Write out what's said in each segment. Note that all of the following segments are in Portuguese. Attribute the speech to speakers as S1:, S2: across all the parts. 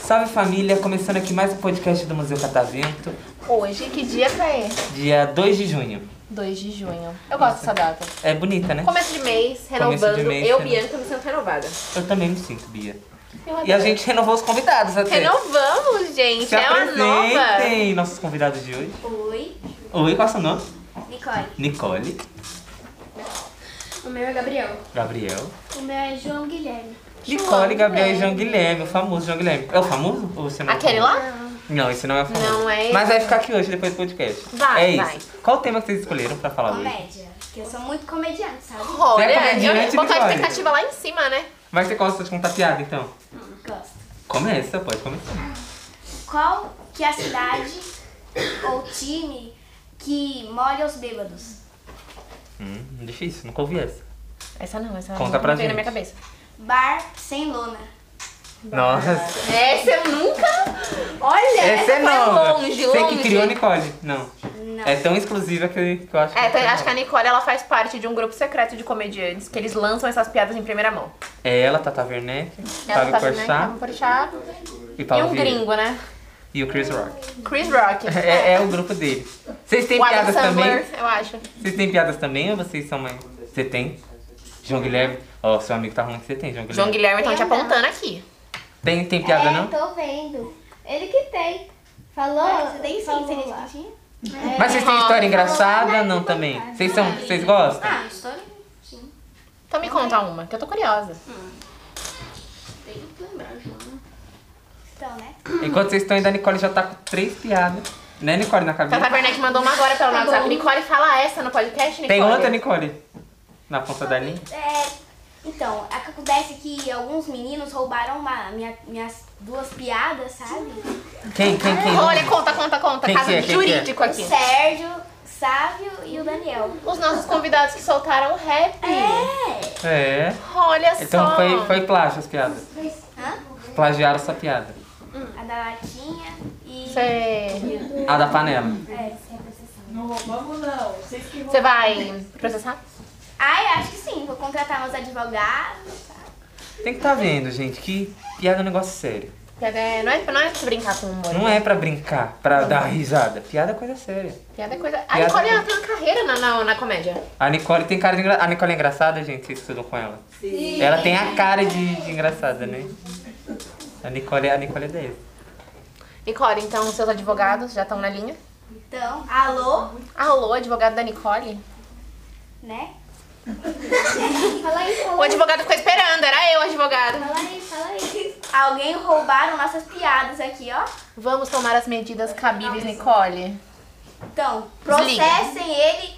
S1: Salve família, começando aqui mais um podcast do Museu Catavento,
S2: Hoje, que dia que é?
S1: dia 2 de junho.
S2: 2 de junho. Eu gosto dessa data.
S1: É bonita, né?
S2: Começo de mês,
S1: Começo de
S2: renovando.
S1: mês,
S2: eu,
S1: né?
S2: Bianca, me sinto renovada.
S1: Eu também me sinto, Bia.
S2: Eu
S1: E a
S2: adoro.
S1: gente renovou os convidados até.
S2: Renovamos, gente.
S1: Se
S2: é uma nova.
S1: apresentem nossos convidados de hoje.
S3: Oi,
S1: Oi, qual é o seu nome?
S3: Nicole.
S1: Nicole,
S3: O meu é Gabriel.
S1: Gabriel.
S3: O meu é João Guilherme.
S1: Nicole, Gabriel e João Guilherme, o famoso João Guilherme. É o famoso? Ou você não é
S2: Aquele
S1: famoso?
S2: lá?
S1: Não, esse não é o famoso.
S2: Não é
S1: Mas
S2: esse.
S1: vai ficar aqui hoje, depois do podcast.
S2: Vai,
S1: é
S2: vai.
S1: isso. Qual o tema que vocês escolheram pra falar hoje?
S3: Comédia. Porque eu sou muito comediante, sabe?
S1: Você é
S2: Olha, eu
S1: comediante,
S2: botou a
S1: Nicole?
S2: expectativa lá em cima, né?
S1: Mas você gosta de contar piada, então?
S3: Hum, Gosto.
S1: Começa, pode começar.
S3: Qual que é a cidade ou time que molha os bêbados?
S1: Hum, difícil, nunca ouvi essa.
S2: Essa não, essa
S1: Conta
S2: não
S1: pra
S2: veio na minha
S1: gente.
S2: cabeça.
S3: Bar sem lona.
S1: Nossa.
S2: Essa eu nunca... Olha,
S1: Essa é
S2: foi
S1: nova.
S2: longe,
S1: Você
S2: longe.
S1: que criou a Nicole. Não.
S3: Não.
S1: É tão exclusiva que que eu acho
S2: É, então,
S1: não
S2: eu
S1: tem
S2: acho que a Nicole ela faz parte de um grupo secreto de comediantes que eles lançam essas piadas em primeira mão.
S1: como. É ela, Tata Werneck, Fábio
S2: faz, né,
S1: Porchat
S2: Fábio Porchat
S1: e
S2: e
S1: Paulo
S2: um
S1: Vieira.
S2: gringo, né?
S1: E o Chris Rock.
S2: Chris Rock.
S1: É, é o grupo dele. Vocês têm
S2: o Adam
S1: piadas
S2: Sandler,
S1: também?
S2: eu acho.
S1: Vocês têm piadas também ou vocês são mais... Você tem? João Guilherme? Ó, seu amigo tá falando que você tem, João Guilherme.
S2: João então. Guilherme tá te
S3: Eu não.
S2: apontando aqui.
S1: Tem, tem piada,
S4: é,
S1: não?
S4: tô vendo. Ele que tem. Falou?
S3: É, Você tá tem sim,
S4: falou
S3: você
S4: lá.
S3: disse que tinha?
S1: Mas vocês têm
S2: Ah,
S1: história engraçada?
S4: não,
S1: Não,
S4: não
S1: também.
S4: contar.
S1: Vocês são, vocês gostam?
S3: Ah, história? Sim.
S2: Então me conta uma, que eu tô curiosa.
S3: Tem que lembrar, João.
S4: Então, né?
S1: Enquanto vocês estão ainda, a Nicole já tá com três piadas. Né, Nicole, na cabeça?
S2: Tata Werneck mandou uma agora pelo WhatsApp. Nicole, fala essa no podcast, Nicole.
S1: Tem outra, Nicole? Na ponta da linha?
S4: É, então, a que acontece é que alguns meninos roubaram uma, minha, minhas duas piadas, sabe?
S1: Quem, quem, quem?
S2: Olha, conta, conta, conta.
S1: Quem que
S2: Caso
S1: é? Quem que é?
S2: jurídico
S4: O
S2: aqui.
S4: Sérgio, Sávio e o Daniel.
S2: Os nossos convidados que soltaram o rap.
S4: É!
S1: É.
S2: Olha
S1: Então
S2: só.
S1: foi, foi plágio as piadas.
S4: Hã?
S1: Plagiaram essa piada.
S4: A da latinha e...
S2: Você
S1: A da panela.
S4: É.
S5: Não roubamos, não. Vocês que
S2: você vai processar?
S4: Ai, acho que sim. Vou contratar meus advogados, sabe?
S1: Tem que tá vendo, gente, que piada é um negócio sério.
S2: Piada é- Não é, não é pra brincar com o humor.
S1: Não é pra brincar, pra dar risada. Piada é coisa séria.
S2: Piada é coisa... A
S1: Piada-
S2: Nicole ela tem uma carreira na, na, na comédia.
S1: A Nicole tem cara de engraçada. A Nicole é engraçada, gente, vocês estudam com ela. Ela tem a cara de, de engraçada, né? A Nicole, a Nicole é 10.
S2: Nicole, então seus advogados já estão na linha.
S4: Então, alô,
S2: Alô, advogado da Nicole.
S4: né? fala aí,
S2: O
S4: fala aí.
S2: advogado ficou esperando, era eu, advogado.
S4: Fala aí, fala aí. Alguém roubaram nossas piadas aqui, ó.
S2: Vamos tomar as medidas cabíveis, Nicole.
S4: Então,
S2: Desliga.
S4: processem ele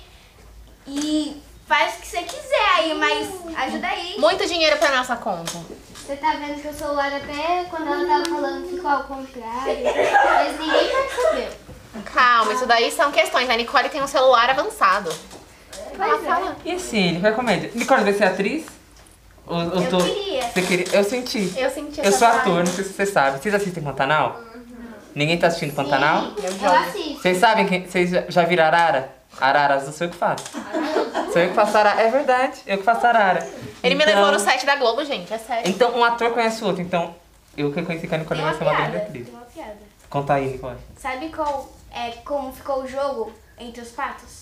S4: e faz o que você quiser aí, mas ajuda aí.
S2: Muito dinheiro pra nossa conta.
S6: Você tá vendo que o celular até quando ela tava falando ficou ao contrário. Mas ninguém percebeu.
S2: Calma, isso daí são questões. A Nicole tem um celular avançado. Ela fala.
S1: E assim, Nicole é comédia. Nicole vai ser atriz? Ou, ou
S4: Eu
S1: tô-
S4: queria.
S1: Você queria? Eu senti.
S2: Eu senti
S1: Eu
S2: essa
S1: sou
S2: vibe.
S1: ator, né? não sei se vocês sabem. Vocês assistem Pantanal? Ninguém tá assistindo Pantanal?
S6: Eu assisto.
S1: Vocês sabem quem. Vocês já- já viram arara? Arara azul sou eu que faço. sou eu que faço arara. É verdade, eu que faço arara.
S2: Ele me
S1: Então-
S2: levou no site da Globo, gente, é sério.
S1: Então, um ator conhece o outro. Então, eu que conheci que a Nicole
S4: Tem
S2: É
S1: vai
S4: uma
S1: ser uma grande
S4: piada.
S1: atriz.
S4: Tem uma piada.
S1: Conta aí, Nicole.
S4: Sabe qual, é, como ficou o jogo entre os patos?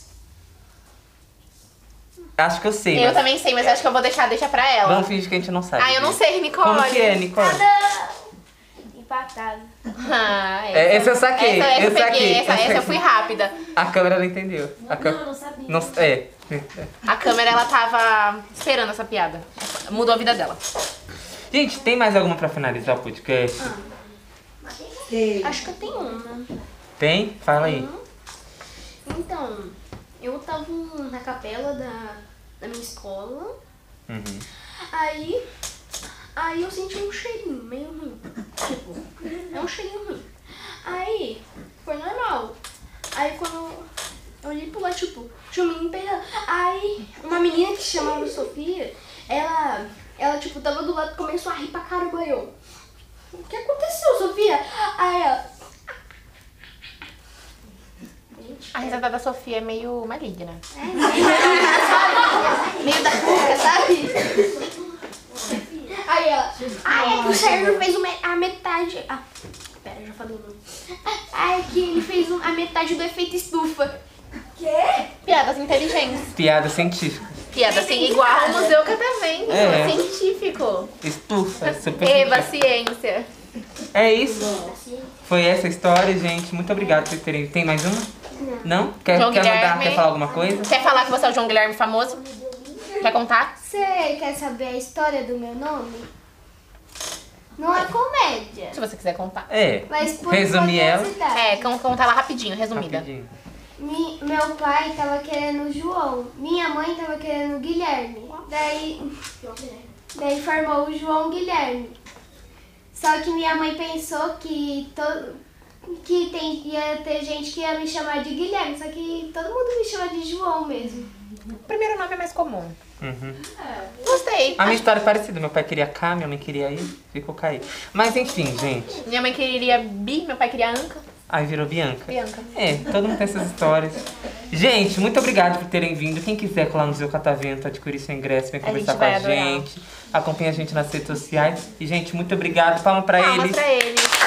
S1: Acho que eu sei,
S2: Eu
S1: mas
S2: também sei, mas acho que eu vou deixar, deixa pra ela.
S1: vamos fingir que a gente não sabe.
S2: Ah, eu não sei, Nicole.
S1: Como que é, Nicole?
S4: Empatado.
S2: Ah,
S1: É, essa eu saquei,
S2: Essa, essa
S1: eu saquei, tá
S2: peguei, essa,
S1: eu
S2: essa eu
S1: saquei.
S2: fui rápida.
S1: A câmera não entendeu. A câmera.
S3: não sabia.
S1: Não, é.
S2: A câmera, ela tava esperando essa piada. Mudou a vida dela.
S1: Gente, tem mais alguma pra finalizar o podcast?
S3: Ah.
S5: Sim.
S3: Acho que eu tenho uma.
S1: Tem? Fala aí.
S3: Uhum. Então, eu tava na capela da, da minha escola.
S1: Uhum.
S3: Aí. Aí eu senti um cheirinho meio ruim. Tipo, é um cheirinho ruim. Aí, foi normal. Aí quando eu olhei pro lado, tipo, tinha um menino pegando. Aí, uma menina que se chamava Sofia, ela, ela tipo, tava do lado e começou a rir pra caramba. e Eu, o que aconteceu, Sofia? Aí ela.
S2: A risada da Sofia é meio maligna. meio da cuca, sabe?
S3: Aí ela. Ai, é que o Sérgio fez uma, a metade. Ah, pera, já falei o nome. Ai, é que ele fez um- a metade do efeito estufa.
S2: Piadas inteligentes.
S1: Piada científica.
S2: Piadas assim, igual o Museu Catavento.
S1: É.
S2: Científico.
S1: Estufa, super.
S2: Eva, ciência.
S1: É isso. Foi essa a história, gente. Muito obrigado por vocês terem. Tem mais uma? Não? Quer,
S2: João
S1: quer mandar?
S2: Guilherme.
S1: Quer falar alguma coisa?
S2: Quer falar que você é o João Guilherme famoso? Quer contar?
S4: Você quer saber a história do meu nome? Não é comédia.
S2: Se você quiser contar.
S1: É.
S4: Mas por tá.
S1: Resumir ela.
S4: curiosidade.
S2: É, con- contar lá rapidinho, resumida.
S1: Rapidinho.
S4: Mi- meu pai tava querendo o João, minha mãe tava querendo o Guilherme. Daí, daí formou o João Guilherme. Só que minha mãe pensou que todo que tem, ia ter gente que ia me chamar de Guilherme, só que todo mundo me chama de João mesmo.
S2: O primeiro nome é mais comum.
S1: Uhum.
S2: Gostei.
S1: A minha história é parecida. Meu pai queria K, minha mãe queria I, ficou cair. Mas enfim, gente.
S2: Minha mãe queria Bi, meu pai queria Anca.
S1: Aí virou Bianca.
S2: Bianca.
S1: É, todo mundo tem essas histórias. Gente, muito obrigado por terem vindo. Quem quiser colar no Museu Catavento, adquirir seu ingresso, vem
S2: A gente
S1: conversar com
S2: vai
S1: a
S2: adorar.
S1: gente. Acompanha a gente nas redes sociais. E, gente, muito obrigado. Palma pra
S2: Palmas
S1: eles.
S2: Ah, pra eles.